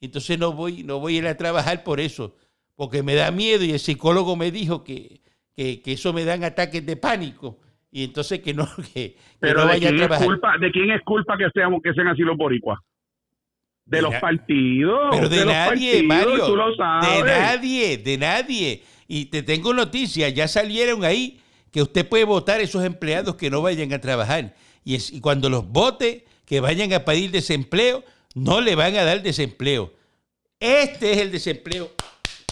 Speaker 1: Entonces no voy, no voy a ir a trabajar por eso, porque me da miedo y el psicólogo me dijo que, que, que eso me dan ataques de pánico y entonces que no, que, que no
Speaker 2: Pero de
Speaker 1: vaya a
Speaker 2: quién, es
Speaker 1: trabajar.
Speaker 2: culpa, ¿de quién es culpa que seamos que sean así los boricuas? De
Speaker 1: De
Speaker 2: los
Speaker 1: na-
Speaker 2: partidos.
Speaker 1: Pero de,
Speaker 2: los
Speaker 1: nadie, Mario.
Speaker 2: tú lo sabes.
Speaker 1: De nadie, de nadie. Y te tengo noticias, ya salieron ahí que usted puede votar esos empleados que no vayan a trabajar. Y, es- y cuando los vote, que vayan a pedir desempleo, no le van a dar desempleo. Este es el desempleo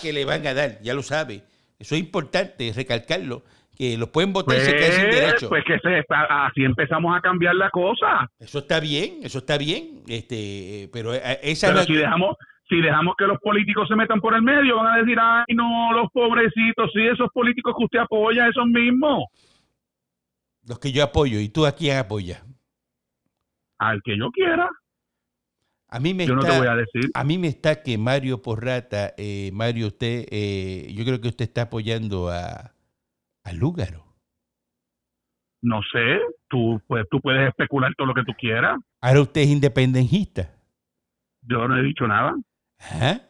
Speaker 1: que le van a dar, ya lo sabe. Eso es importante recalcarlo, que los pueden votar y se quedan sin
Speaker 2: Pues,
Speaker 1: derecho.
Speaker 2: pues que se está- así empezamos a cambiar la cosa.
Speaker 1: Eso está bien, eso está bien, este, eh, pero eh, esa
Speaker 2: Pero
Speaker 1: no-
Speaker 2: si dejamos si dejamos que los políticos se metan por el medio, van a decir, ay, no, los pobrecitos, sí, esos políticos que usted apoya, esos mismos.
Speaker 1: los que yo apoyo y tú a quién apoyas.
Speaker 2: Al que yo quiera,
Speaker 1: A mí me
Speaker 2: yo no
Speaker 1: está,
Speaker 2: te voy a decir.
Speaker 1: A mí me está que Mario Porrata, eh, Mario, usted, eh, yo creo que usted está apoyando a, a Lúgaro.
Speaker 2: No sé, tú, pues, tú puedes especular todo lo que tú quieras.
Speaker 1: Ahora usted es independentista.
Speaker 2: Yo no he dicho nada.
Speaker 1: Ajá.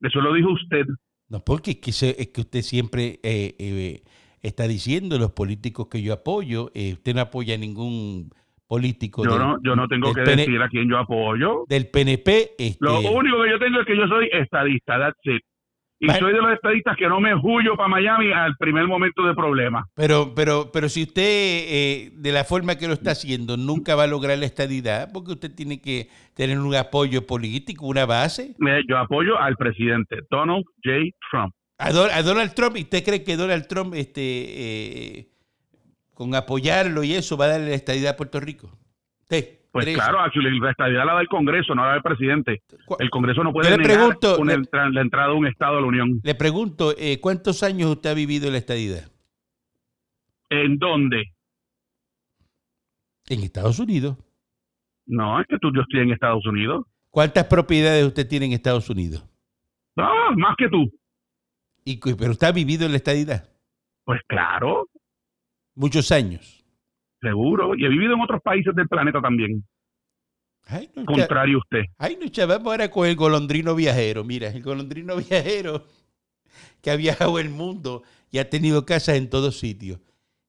Speaker 2: Eso lo dijo usted.
Speaker 1: No, porque es que, se- es que usted siempre eh, eh, está diciendo los políticos que yo apoyo. eh, usted no apoya a ningún político
Speaker 2: Yo
Speaker 1: del,
Speaker 2: no, yo no tengo
Speaker 1: del
Speaker 2: que
Speaker 1: PN
Speaker 2: decir a quién yo apoyo.
Speaker 1: del PNP. Este,
Speaker 2: Lo único que yo tengo es que yo soy estadista, that's it. Y
Speaker 1: Bueno.
Speaker 2: soy de los estadistas que no me huyo para Miami al primer momento de problema.
Speaker 1: Pero, pero, pero si usted, eh, de la forma que lo está haciendo, nunca va a lograr la estadidad, porque usted tiene que tener un apoyo político, una base.
Speaker 2: Mira, Yo apoyo al presidente Donald J. Trump.
Speaker 1: A, Don- a Donald Trump, ¿y usted cree que Donald Trump, este, eh, con apoyarlo y eso, va a darle la estadidad a Puerto Rico? ¿Usted
Speaker 2: Pues
Speaker 1: cree eso?
Speaker 2: claro, actually, la estadidad la da el Congreso, no la da el presidente.
Speaker 1: Cu-
Speaker 2: El Congreso no puede
Speaker 1: Yo le
Speaker 2: negar
Speaker 1: pregunto- eh,
Speaker 2: una
Speaker 1: le-
Speaker 2: entra- la entrada de un Estado a la Unión.
Speaker 1: Le pregunto, eh, ¿cuántos años usted ha vivido en la estadidad?
Speaker 2: ¿En dónde?
Speaker 1: En Estados Unidos.
Speaker 2: No, es que tú, yo estoy en Estados Unidos.
Speaker 1: ¿Cuántas propiedades usted tiene en Estados Unidos?
Speaker 2: No, más que tú.
Speaker 1: Y, cu- pero usted ha vivido en la estadidad
Speaker 2: Pues claro,
Speaker 1: muchos años.
Speaker 2: seguro. Y he vivido en otros países del planeta también,
Speaker 1: Ay, no, cha-
Speaker 2: contrario a usted.
Speaker 1: Ay, no, chaval, ahora con el golondrino viajero. Mira, el golondrino viajero que ha viajado el mundo y ha tenido casas en todos sitios.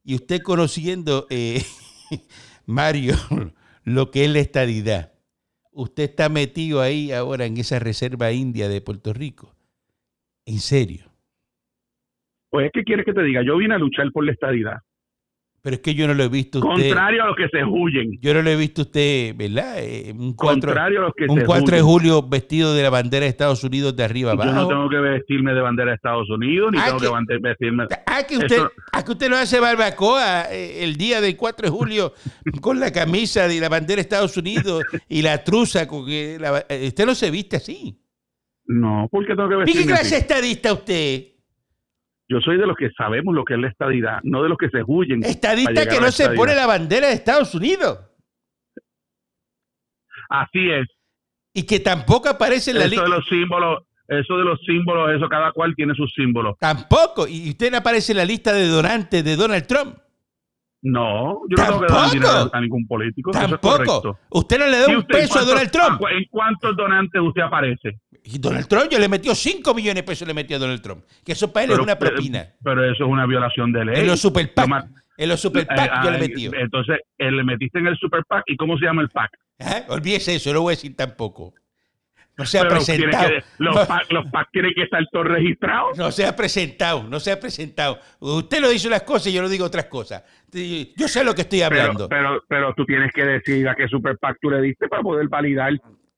Speaker 1: Y usted conociendo, eh, Mario, lo que es la estadidad. Usted está metido ahí ahora en esa reserva india de Puerto Rico. En serio.
Speaker 2: Pues, ¿qué quieres que te diga? Yo vine a luchar por la estadidad.
Speaker 1: Pero es que yo no lo he visto a usted.
Speaker 2: Contrario a los que se huyen.
Speaker 1: Yo no lo he visto a usted, ¿verdad? Eh, Un 4,
Speaker 2: Contrario a los que
Speaker 1: un
Speaker 2: se
Speaker 1: 4 de
Speaker 2: huyen.
Speaker 1: julio vestido de la bandera de Estados Unidos de arriba abajo.
Speaker 2: Yo no tengo que vestirme de bandera de Estados Unidos, ni
Speaker 1: Ah,
Speaker 2: tengo que
Speaker 1: que-
Speaker 2: bande- vestirme...
Speaker 1: Ah, que usted,
Speaker 2: Eso-
Speaker 1: ah, que usted no hace barbacoa eh, el día del 4 de julio con la camisa de la bandera de Estados Unidos y la truza con que la- eh, usted no se viste así.
Speaker 2: Pues No, porque tengo que
Speaker 1: ¿Y qué
Speaker 2: vestirme así?
Speaker 1: clase estadista usted?
Speaker 2: Yo soy de los que sabemos lo que es la estadidad, no de los que se huyen. para
Speaker 1: Estadista
Speaker 2: llegar
Speaker 1: que
Speaker 2: a la
Speaker 1: no se
Speaker 2: estadidad.
Speaker 1: pone la bandera de Estados Unidos
Speaker 2: Así es.
Speaker 1: y que tampoco aparece en la
Speaker 2: Eso de
Speaker 1: lista.
Speaker 2: los símbolos, eso de los símbolos, eso cada cual tiene sus símbolos.
Speaker 1: Tampoco. Y usted no aparece en la lista de donantes de Donald Trump.
Speaker 2: No, yo no tengo que
Speaker 1: Tampoco.
Speaker 2: dar dinero a ningún político. eso es
Speaker 1: Tampoco.
Speaker 2: correcto.
Speaker 1: Usted no le da
Speaker 2: ¿Y
Speaker 1: un
Speaker 2: usted en
Speaker 1: peso a
Speaker 2: cuántos-
Speaker 1: Donald Trump.
Speaker 2: ¿En cuántos donantes usted aparece?
Speaker 1: Y Donald Trump yo le metió 5 millones de pesos le metió a Donald Trump. Que eso para él
Speaker 2: eh,
Speaker 1: es una propina.
Speaker 2: Pero eso es una violación de ley.
Speaker 1: En los super
Speaker 2: Lo
Speaker 1: PAC.
Speaker 2: más-
Speaker 1: En los super PAC
Speaker 2: Eh,
Speaker 1: yo le
Speaker 2: ah,
Speaker 1: metí.
Speaker 2: Entonces, eh, le metiste en el super PAC. ¿Y cómo se llama el PAC?
Speaker 1: Ajá, Olvídese eso, no lo voy a decir tampoco. No se ha
Speaker 2: Pero los
Speaker 1: presentado.
Speaker 2: tiene que- los, PAC, los PAC tienen que estar todos registrados.
Speaker 1: No se ha presentado, no se ha presentado. Usted lo dice unas cosas y yo lo digo otras cosas. Yo sé lo que estoy hablando.
Speaker 2: Pero, pero, pero tú tienes que decir a qué super PAC tú le diste para poder validar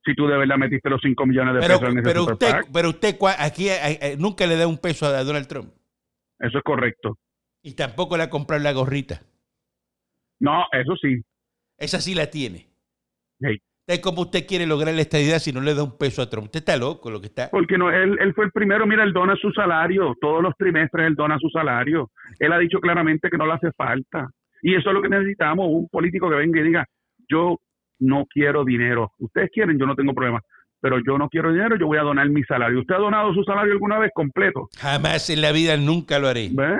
Speaker 2: si tú de verdad metiste los 5 millones de
Speaker 1: Pero,
Speaker 2: pesos en ese
Speaker 1: pero
Speaker 2: super
Speaker 1: usted,
Speaker 2: PAC.
Speaker 1: pero usted cua- aquí eh, eh, nunca le da un peso a Donald Trump.
Speaker 2: Eso es correcto.
Speaker 1: Y tampoco le ha comprado la gorrita.
Speaker 2: No, eso sí.
Speaker 1: Esa sí la tiene.
Speaker 2: Hey,
Speaker 1: Es como usted quiere lograr la estadidad si no le da un peso a Trump. Usted está loco lo que está.
Speaker 2: Porque no, él, él fue el primero, mira, él dona su salario, todos los trimestres él dona su salario. Él ha dicho claramente que no le hace falta. Y eso es lo que necesitamos, un político que venga y diga, yo no quiero dinero. Ustedes quieren, yo no tengo problema, pero yo no quiero dinero, yo voy a donar mi salario. ¿Usted ha donado su salario alguna vez completo?
Speaker 1: Jamás en la vida nunca lo haré.
Speaker 2: ¿Ve?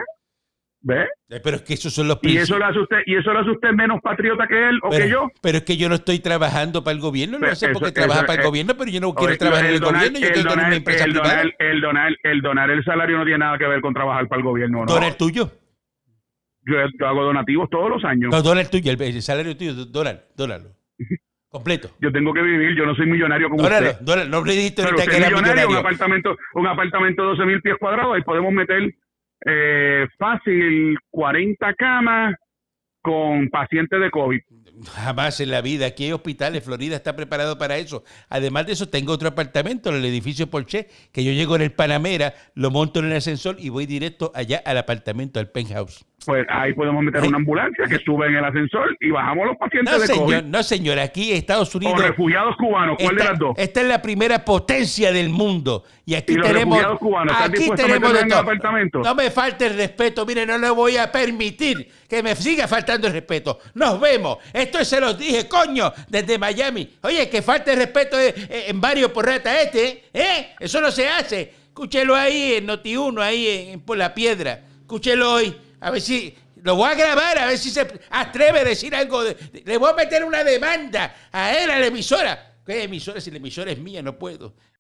Speaker 2: ¿Ve?
Speaker 1: Eh, Pero es que esos son los
Speaker 2: Y
Speaker 1: principios.
Speaker 2: eso lo hace usted, y eso lo hace usted menos patriota que él o
Speaker 1: pero,
Speaker 2: que yo.
Speaker 1: pero es que yo no estoy trabajando para el gobierno, lo
Speaker 2: Pero
Speaker 1: hace
Speaker 2: eso-
Speaker 1: porque
Speaker 2: eso-
Speaker 1: trabaja para el
Speaker 2: eh,
Speaker 1: gobierno, pero yo no quiero
Speaker 2: Oye,
Speaker 1: trabajar en el
Speaker 2: donar-
Speaker 1: gobierno, yo
Speaker 2: el
Speaker 1: quiero tener
Speaker 2: donar-
Speaker 1: una empresa
Speaker 2: el
Speaker 1: privada.
Speaker 2: donar- el donar, el donar el salario no tiene nada que ver con trabajar para el gobierno. ¿no?
Speaker 1: Dólar tuyo.
Speaker 2: Yo, yo hago donativos todos los años.
Speaker 1: No, dólar tuyo, el, el salario tuyo, dólar, dólarlo. Completo.
Speaker 2: Yo tengo que vivir, yo no soy millonario como
Speaker 1: Dólarlo,
Speaker 2: usted.
Speaker 1: dólar, no le dijiste
Speaker 2: Pero
Speaker 1: ahorita
Speaker 2: usted
Speaker 1: que
Speaker 2: es
Speaker 1: era
Speaker 2: millonario, un
Speaker 1: millonario.
Speaker 2: apartamento, un apartamento de 12 mil pies cuadrados, ahí podemos meter eh, fácil 40 camas con pacientes de COVID.
Speaker 1: Jamás en la vida. Aquí hay hospitales. Florida está preparado para eso. Además de eso, tengo otro apartamento en el edificio Porsche que yo llego en el Panamera, lo monto en el ascensor y voy directo allá al apartamento, al penthouse.
Speaker 2: Pues ahí podemos meter
Speaker 1: Ay.
Speaker 2: una ambulancia que sube en el ascensor y bajamos los pacientes
Speaker 1: No,
Speaker 2: de
Speaker 1: señor.
Speaker 2: COVID.
Speaker 1: No, señor. Aquí Estados
Speaker 2: O
Speaker 1: Unidos.
Speaker 2: refugiados cubanos, ¿cuál de
Speaker 1: Esta,
Speaker 2: las dos?
Speaker 1: esta es la primera potencia del mundo. Y aquí
Speaker 2: Y los
Speaker 1: tenemos.
Speaker 2: refugiados cubanos, ¿estás
Speaker 1: aquí
Speaker 2: dispuesto a
Speaker 1: tenemos
Speaker 2: meterlos
Speaker 1: de
Speaker 2: en
Speaker 1: todo.
Speaker 2: apartamento?
Speaker 1: No me falte el respeto. Mire, no le voy a permitir que me siga faltando el respeto. Nos vemos. Esto se los dije, coño, desde Miami. Oye, que falte el respeto eh, eh, en varios por rata este. ¿eh? Eso no se hace. Escúchelo ahí en Noti1, ahí en, en Por la Piedra. Escúchelo hoy. A ver si. Lo voy a grabar a ver si se atreve a decir algo. de- de- le voy a meter una demanda a él, a la emisora. ¿Qué emisora? Si la emisora es mía, no puedo.